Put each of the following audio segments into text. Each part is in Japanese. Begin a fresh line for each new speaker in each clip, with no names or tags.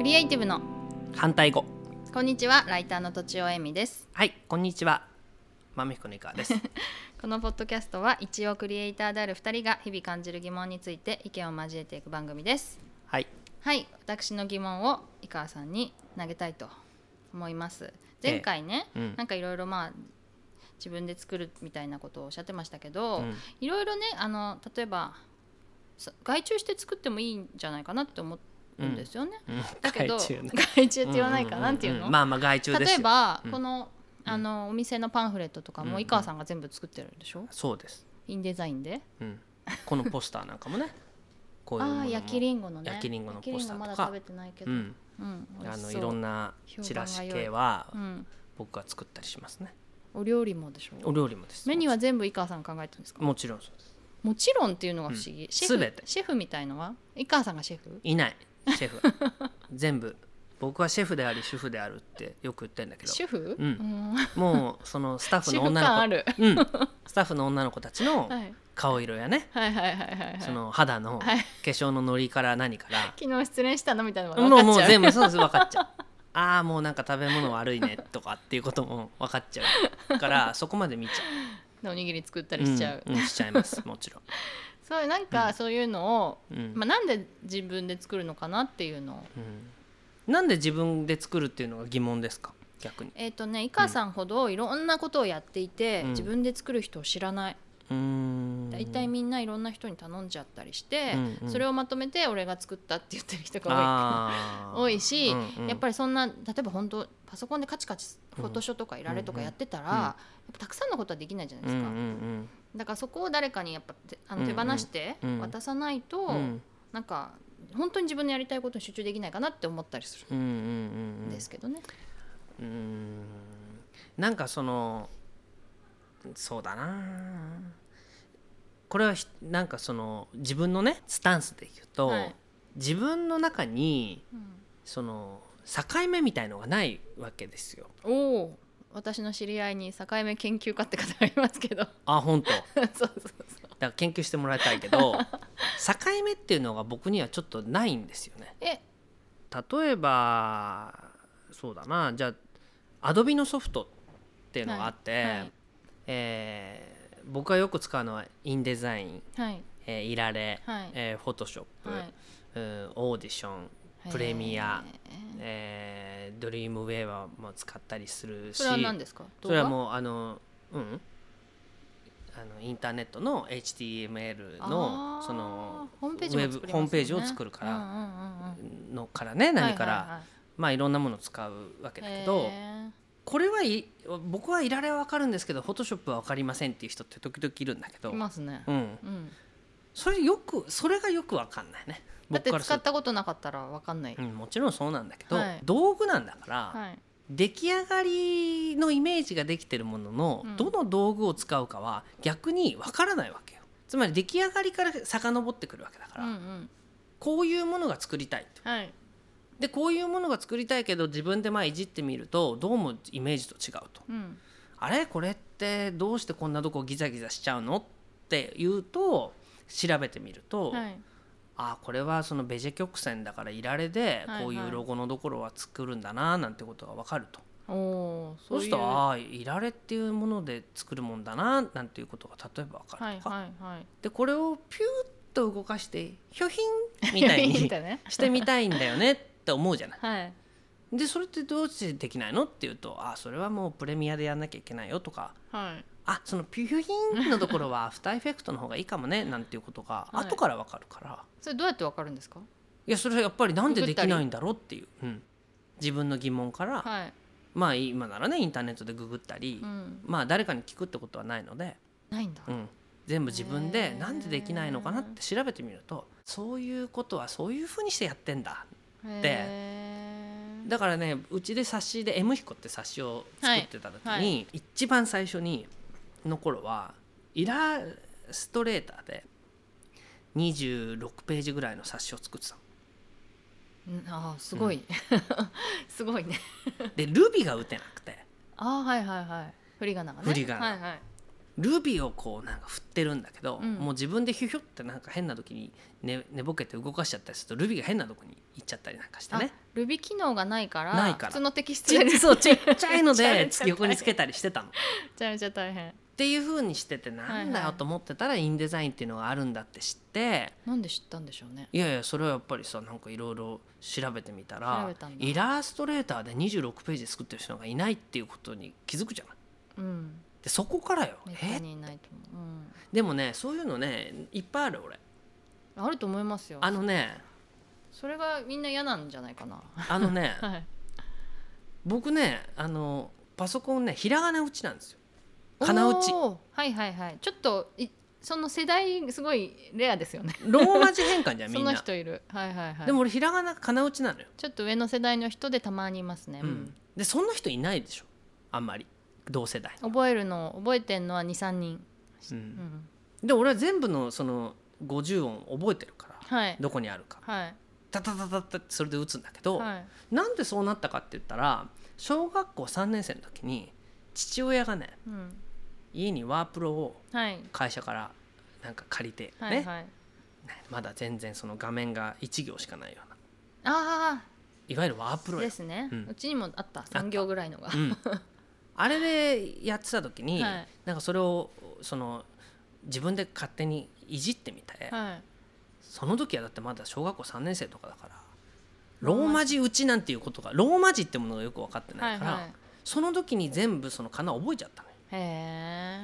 イティブの
反対語
こんにちはライターのとちおえみです
はいこんにちは豆彦ネカ です
このポッドキャストは一応クリエイターである2人が日々感じる疑問について意見を交えていく番組です
はい
はい私の疑問を井川さんに投げたいと思います前回ね、
ええうん
なんかいろいろまあ自分で作るみたいなことをおっしゃってましたけ
う
ど
ん
いろいろねあの例えばそ外注して作ってもいいんじゃないかなって思うんですよね、
うん
だけど外
外注
注,、
ね
って言わないかなっていうの、
んんんまあまあ外注で
例
すよ
えば、
うん
この
うん
あのお店のパンフレットとか
うんう
も
ん
井川さんが全部作ってるんでしょ、
そうです、
インデザインで
うん、このポスターなんか もねこういうもの
あ
も
あ焼きりんごのね
焼きりんごのポスターと
焼
か
きりんごまだ食べてないけど、
う
うん
ん、
美
あ
味し
の
そう
いろんなチラシ系は
うん、
僕が作ったりしますね
お料理もでし
お
ょ
料理もです
メニューは全部井川さんが考えてるんですか
もちろんそうです
もちろんっていうのが不思議、
うん
シェフ
全て
シェフみたいのは井川さんがシェフ
いないシェフ は全部僕はシェフであり主婦であるってよく言ってんだけど
主婦、
うんもうそのスタッフ
主
の
婦感あ
女の
る、
子、うん、スタッフの女の子たちの
はい、
顔色やね、
はいはいはいはいはい
その肌の化
はい
粧のノリから何から、
昨日失恋したのみたいなの が分
も
か
う
っ
もう
ちゃう
全部そうです分かっちゃう ああもうなんか食べ物悪いねとかっていうことも分かっちゃ うからそこまで見ちゃ
おにぎり作った
う
りしちゃう、
んんしちゃい ますもちろ
そうなんかそういうのを、
ん、うん
まあ、なんで自分で作るのかなっていうのを
うんなんで自分で作るっていうのが疑問ですか逆に
えっ、とね井川さんほどいろんなことをやっていて、
うん
自分で作る人を知らない、
うーん
大体みんないろんな人に頼んじゃったりして、
うんうん
それをまとめて俺が作ったって言ってる人が
あー
多い多いし、
うんうん
やっぱりそんな例えば本当パソコンでカチカチフォトショーとかいられとかやってたら、やっぱたくさんのことはできないじゃないで
うん
す
うん
か、だからそこを誰かにやっぱてあの手放して
うんうん
渡さないと、
うんうん
なんか本当に自分のやりたいことに集中できないかなって思ったりす
うんうんうん
る
うん
んですけどね。
うーんなんかそのそうだなこれはひなんかその自分のねスタンスで言うと、
はい
自分の中に
うん
その境目みたいのがないわけですよ。
おお私の知り合いに境目研究家って方がいますけど
あ本当だか
そうそうそう
ら研究してもらいたいけ ど境目っていうのが僕にはちょっとないんですよね。
え
例えばそうだなじゃあアドビのソフトっていうのがあって、
はいはい
えー僕がよく使うのはインデザイン、
はい
えーいられ、
はい
えフォトショップ、
はい
うんオーディションプレミア、
えー
えードリームウェーバーも使ったりするし
それは何ですか
それは
う
もうあのうんあのインターネットの HTML のその
ホームページ
ウェブホームページを作るから
ら
のからね何から、まあいろんなものを使うわけだけど、これはい僕はいられは分かるんですけどフォトショップは分かりませんっていう人って時々いるんだけど
い、ますね
うん、
うん
それよくそれがよく分かんないね
だっ
僕
て
からす
使
る
っ
と、
たことなかったらわかんない
うん、もちろんそうなんだけど、
はい
道具なんだから、
はい
出来上がりのイメージができてるものの、
うん
どの道具を使うかは逆に分からないわけよつまり出来上がりから遡ってくるわけだか
う
ら、
んうん
こういうものが作りたいと
はい
でこういうものが作りたいけど自分でまあいじってみるとどうもイメージと違うと
うん
あれこれってどうしてこんなとこギザギザしちゃうのって言うと調べてみると、
はい
あこれはそのベジェ曲線だからいられで
はいはい
こういうロゴのところは作るんだななんてことが分かると、
おおー
そう
い
したらああいられっていうもので作るもんだななんていうことが例えば分か
は
る
い
とか、
はいはい
でこれをピューッと動かしてひょひんみ たい
見
に
たね
してみたいんだよねって思うじゃない。
はい
でそれってどうしてできないのっていうとあそれはもうプレミアでやんなきゃいけないよとか
はい
あそのピュヒュヒンのとこ ろはアフターエフェクトの方がいいかもねなんていうことが
はい
後から分かるから、
それどうやってわかるんですか
い、やそれはやっぱりなんでできないんだろうっていう、うん、自分の疑問から、
はい
まあ今ならねインターネットでググったり、
うん
まあ誰かに聞くってことはないので、
ないんだ
うん、全部自分
へ
で
ー
なんでできないのかなって調べてみるとそういうことはそういうふうにしてやってんだ
で
だからねうちで冊子で M 彦って冊子を作ってた時に、
はいは
一番最初にの頃はイラストレーターで26ページぐらいの冊子を作ってた
ああすごい、 すごいね
のでルビが打てなくて
ああはいはいはい振り仮名がね
振り仮名
はいはい
ルビーをこうなんか振ってるんだけど、
うん
もう自分でヒュヒュってなんか変な時に寝寝ぼけて動かしちゃったりするとルビーが変なとこに行っちゃったりなんかして
あ
ね
ルビ機能がないから
ないから
普通のテキスト
ち
で
っそうちっちゃいの
ちっちゃい
で
のちっちゃい
横につけたりしてたの。っ
めちゃめちゃ大変
ていう風にしてて
はい
なんだよと思ってたらインデザインっていうのがあるんだって知って
なんで知ったんでしょうね
いやいやそれはやっぱりさなんかいろいろ調べてみた
調
ら
べたんだ
イラストレーターで26ページ作ってる人がいないっていうことに気づくじゃない。
うん
でそこからよ
めった
え
にいないと思う、
でもねそういうのねいっぱいある俺
うん、あると思いますよ
あのね
それがみんな嫌なんじゃないかな
あの ね
はい
僕ねあのパソコンねひらがな打ちなんですよかな打ち
おーはいはいはいちょっといその世代すごいレアですよね
ローマ字変換 じゃん
そ
みん
の
な
人いるはいはいはい
でも俺ひらがなかな打ちなのよ、
ちょっと上の世代の人でたまにいますね、
うんでそんな人いないでしょあんまり同世代、
うん覚えるの覚えてんのは23人、う
う、
んん、
で俺は全部のその50音覚えてるから
はい
どこにあるか
はい
タタタタタってそれで打つんだけど、
はい
なんでそうなったかって言ったら小学校3年生の時に父親がね
うん
家にワープロを
はい
会社からなんか借りてね、
はいはい
まだ全然その画面が1行しかないような
あ
いわゆるワー
あ
プロ
で
よ、
すね、
う
うんちにもあった3行ぐらいのが
うん、あれでやってた時に、
はい
なんかそれをその自分で勝手にいじってみて、
はい
その時はだってまだ小学校3年生とかだからローマ字打ちなんていうことがローマ字ってものがよく分かって
は
ない
い
から、
は
その時に全部そのかな覚えちゃったのよ
いへ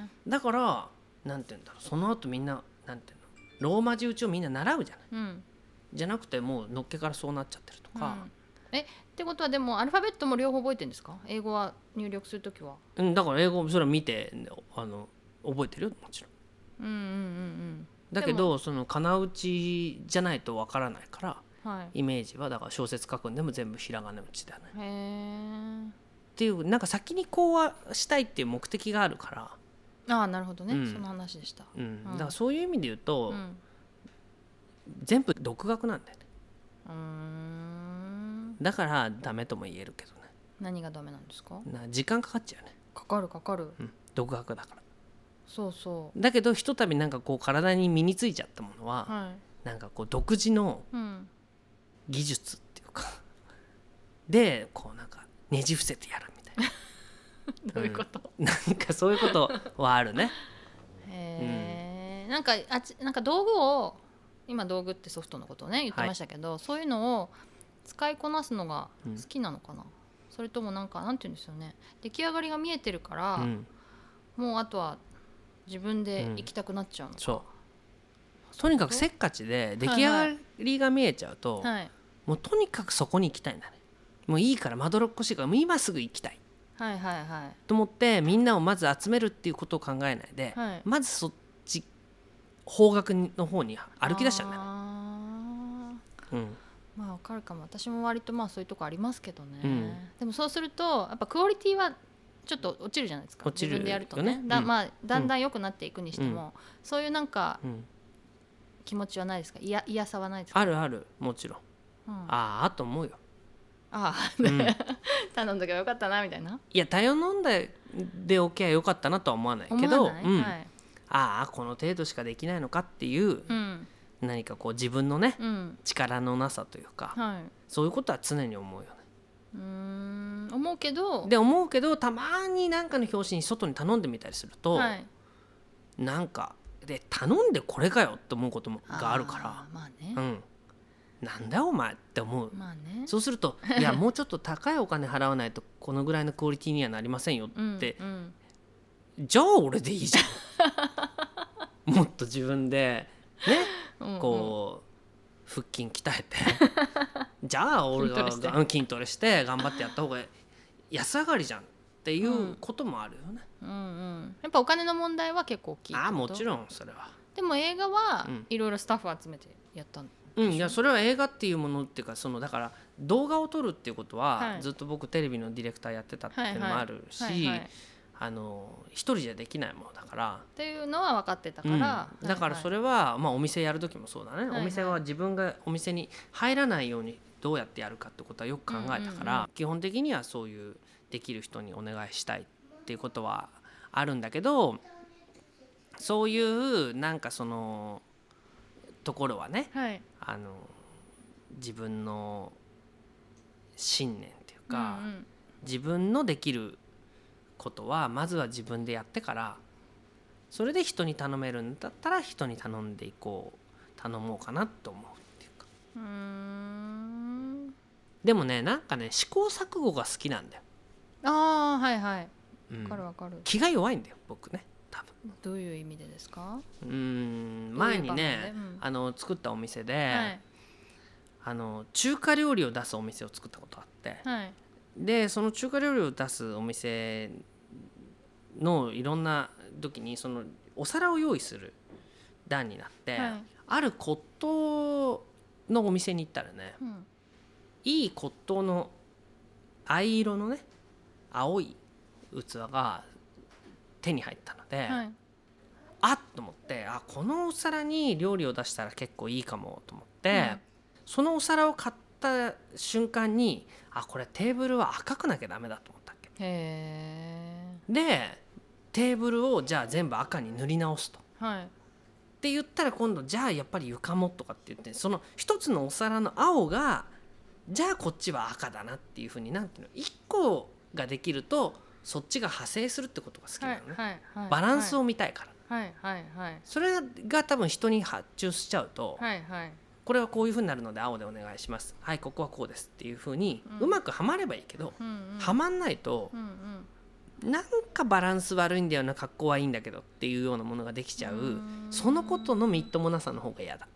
え
だからなんて言うんだろうその後みんななんて言うのローマ字打ちをみんな習うじゃない
うん
じゃなくてもうのっけからそうなっちゃってると
う
か、
んえってことはでもアルファベットも両方覚えてるんですか英語は入力するときは
うん、だから英語もそれは見てあの覚えてるよもちろん
うんうんうん
だけどその金内じゃないとわからないから
うんはい
イメージはだから小説書くんでも全部ひらがな打ちだね
へえ
っていうなんか先にこうはしたいっていう目的があるから、
ああなるほどね、
うん
その話でした、
うん
うん
だからそういう意味で言うと、
うん
全部独学なんだよね
うーん
だからダメとも言えるけどね
何がダメなんですか
な時間かかっちゃうよね、
かかるかかる
うん、独学だから
そうそう
だけどひとたびなんかこう体に身についちゃったものは、
は
なんかこう独自の
い うん
技術っていうか でこうなんかねじ伏せてやるみたいな
どういうこと、
なんかそういうことはあるね
へえ、なんかあちなんか道具を今道具ってソフトのことをね言ってましたけど、そういうのを使いこなすのが好きなのかな、それともなんかなんて言うんですよね出来上がりが見えてるから、
うん
もうあとは自分で行きたくなっちゃうの、
そうとにかくせっかちで出来上がりが見えちゃうと、
はい
もうとにかくそこに行きたいんだねもういいからまどろっこしいからもう今すぐ行きたい
はいはいは
と思ってみんなをまず集めるっていうことを考えないで、
いはい
まずそっち方角の方に歩き出しちゃうんだね、
あー
うん、
まあわかるかも私も割とまあそういうとこありますけどね、
うん
でもそうするとやっぱクオリティはちょっと落ちるじゃないですか
落ちる
自分でやるとね
よね
だ,、
うん
まあ、だんだん良くなっていくにしても、そういうなんか
うん、
気持ちはないですかいやいやさはないですか
あるあるもちろん
うん、あ
ああと思うよ、
あ、
うん、い
頼んどけばよかったなみたいな
や頼んだでおけばよかったなとは思わないけ
思
ど
わない、
うん
はい
ああこの程度しかできないのかっていう、
うん
何かこう自分のね
うん
力のなさというか、
はい
そういうことは常に思うよね
うーん思うけど
で思うけどたまに何かの表紙に外に頼んでみたりすると、
はい、
なんかで頼んでこれかよって思うこともがあるか
ーまあ
ら、う
ね、
ん、なんだよお前って思う、
まあね
そうする といやもうちょっと高いお金払わないとこのぐらいのクオリティにはなりませんよって、
うんうん
じゃあ俺でいいじゃんもっと自分で
うんうん
こう、腹 筋鍛えてじゃあ俺
筋トレ
が
して
うん筋トレして頑張ってやった方が安上がりじゃんっていううんこともあるよね、
うんうん、やっぱお金の問題は結構大きい
ああもち
ん
ろんそれは。
でも映画は
うん
いろいろスタッフ集めてやったん
うん、いやそれは映画っていうものっていうかそのだから動画を撮るっていうことは、
はい
ずっと僕テレビのディレクターやってたっていうのもあるし、
はいはい、っ
あの一人じゃできないものだから
ていうのは分かってたから、
うんだからそれは、まあ、お店やる時もそうだね、
はいはい
お店は自分がお店に入らないようにどうやってやるかってことはよく考えたから、
うんうんう
基本的にはそういうできる人にお願いしたいっていうことはあるんだけどそういうなんかそのところはね
はい
あの自分の信念っていうか、
うんうん
自分のできることはまずは自分でやってからそれで人に頼めるんだったら人に頼んでいこう頼もうかなと思うっていうか
うーん
でもねなんかね試行錯誤が好きなんだよ、
ああはいはい
うん
わかるわかる、
気が弱いんだよ僕ね多分
どういう意味でですか
うー
ど
ん
うい
前
う
に
場面で
ね
うん
あの作ったお店で、
はい
あの中華料理を出すお店を作ったことあって
はい
でその中華料理を出すお店のいろんな時にそのお皿を用意する段になって、
はい
ある骨董のお店に行ったらね
うん
いい骨董の藍色のね青い器が手に入ったので、
はい
あっと思ってあこのお皿に料理を出したら結構いいかもと思って、
うん
そのお皿を買った瞬間にあこれテーブルは赤くなきゃダメだと思ったっけ
へえ
でテーブルをじゃあ全部赤に塗り直すと。
はい
って言ったら今度じゃあやっぱり床もとかって言ってその一つのお皿の青がじゃあこっちは赤だなっていうふうになんていうの一個ができるとそっちが派生するってことが好きな
は
の
い
ね、
はいはい
バランスを見たいから、
はいはいはい
それが多分人に発注しちゃうと、
はいはい
これはこういうふうになるので青でお願いしますはいここはこうですっていうふうに
うん
うまくはまればいいけど、
うんうん
はまんないと
うんうん
なんかバランス悪いんだよな格好はいいんだけどっていうようなものができちゃう、
うん
そのことのみっともなさの方が嫌だ。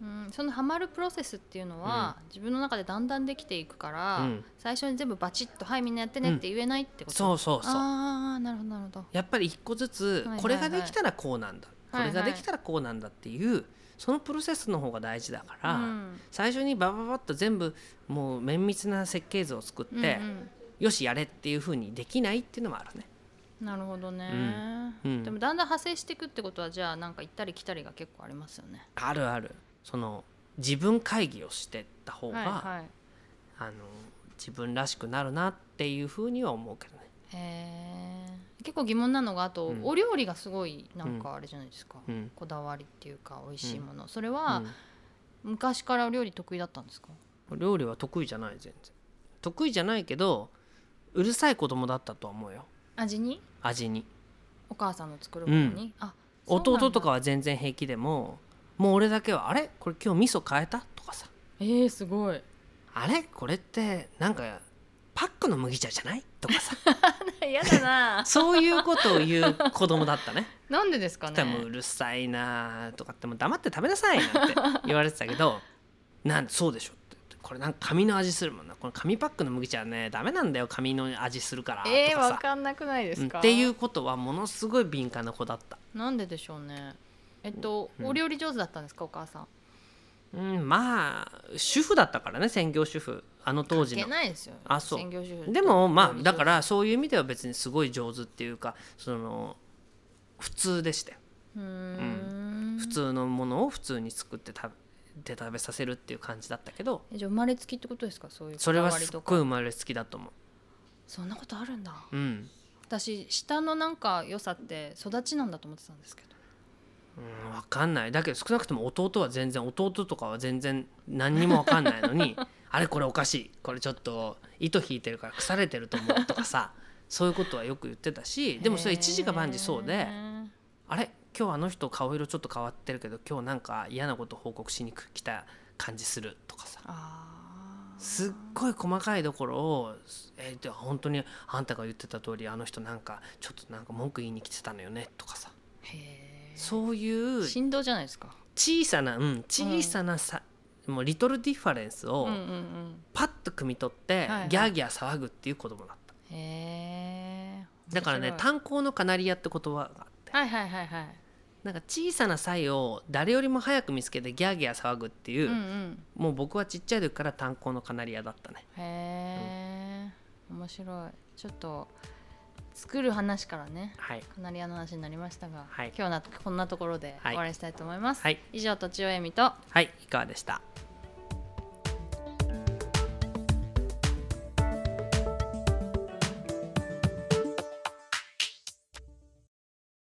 うん、そのハマるプロセスっていうのは、自分の中でだんだんできていくから、
うん
最初に全部バチッと「はいみんなやってね」って言えないってこと、
そうそうそう
ああなるほどなるほど
やっぱり一個ずつ
はいはい
これができたらこうなんだ、
はいはい
これができたらこうなんだっていうそのプロセスの方が大事だから、
うん
最初にバババッと全部もう綿密な設計図を作って、
うん
よしやれっていうふうにできないっていうのもあるね。
うんなるほどね、
うんうん
でもだんだん派生していくってことはじゃあなんか行ったり来たりが結構ありますよね
あるあるその自分会議をしてった方が、
はいはい
あの自分らしくなるなっていうふうには思うけどね。
えー結構疑問なのがあと、
うん
お料理がすごいなんかあれじゃないですか、
うん
こだわりっていうか美味しいもの、それは
うん
昔からお料理得意だったんですか、
料理は得意じゃない全然得意じゃないけどうるさい子供だったとは思うよ
味に
味に
お母さんの作るものに、あそうなんだ
弟とかは全然平気でももう俺だけは「あれこれ今日味噌変えた?」とかさ
えー、すご い
「あれこれってなんかパックの麦茶じゃない?」とかさ
嫌だな
そういうことを言う子供だったね。
なんでですか
で
ね
もううるさいなとかってもう黙って食べなさいなんて言われてたけど 「なんそうでしょ」って言ってこれなんか紙の味するもんなこの紙パックの麦茶はねダメなんだよ紙の味するから」と
えー、
か
わ
さ、
かんなくないです
うん
か、
っていうことはものすごい敏感な子だった。
なんででしょうねえっと、
うん
お料理上手だったんですかお母さん
うん、まあ主婦だったからね専業主婦あの当時
いけ
の
ないですよ
あそう
専業主婦
でもま
料
あ
理上手
だからそういう意味では別にすごい上手っていうかその普通でしたよ
うーん
普通のものを普通に作って食べて食べさせるっていう感じだったけど
えじゃあ生まれつきってことですかそういう
それはすっごい生
い
まれつきだと思
そんなことあるんだ
ううん、
私下のなんか良さって育ちなんだと思ってたんですけど
うん、分かんないだけど少なくとも弟は全然弟とかは全然何にも分かんない のにあれこれおかしいこれちょっと糸引いてるから腐れてると思うとかさそういうことはよく言ってたしでもそれ一時が万事そう
へ
で。
ー
あれ今日あの人顔色ちょっと変わってるけど今日なんか嫌なこと報告しに来た感じするとかさ
あー
すっごい細かいところをえー、で本当にあんたが言ってた通りあの人なんかちょっとなんか文句言いに来てたのよねとかさ
へー
そういう
振動じゃないですか
小さな、うん、小さなさ、もうリトルディファレンスを
うんうん
パッと汲み取って、
はいはい
ギャーギャー騒ぐっていう子供だった
うんへえ
だからね炭鉱のカナリアって言葉があって
はいはいはいはい
なんか小さな才を誰よりも早く見つけてギャーギャー騒ぐっていう、
うんうん
もう僕はちっちゃい時から炭鉱のカナリアだったね
へえ、面白いちょっと作る話からね
はい
カナリアの話になりましたが、
はい
今日はなこんなところで
はい
終わりしたいと思います、
はい
以上とちおえみと
はいいかがでした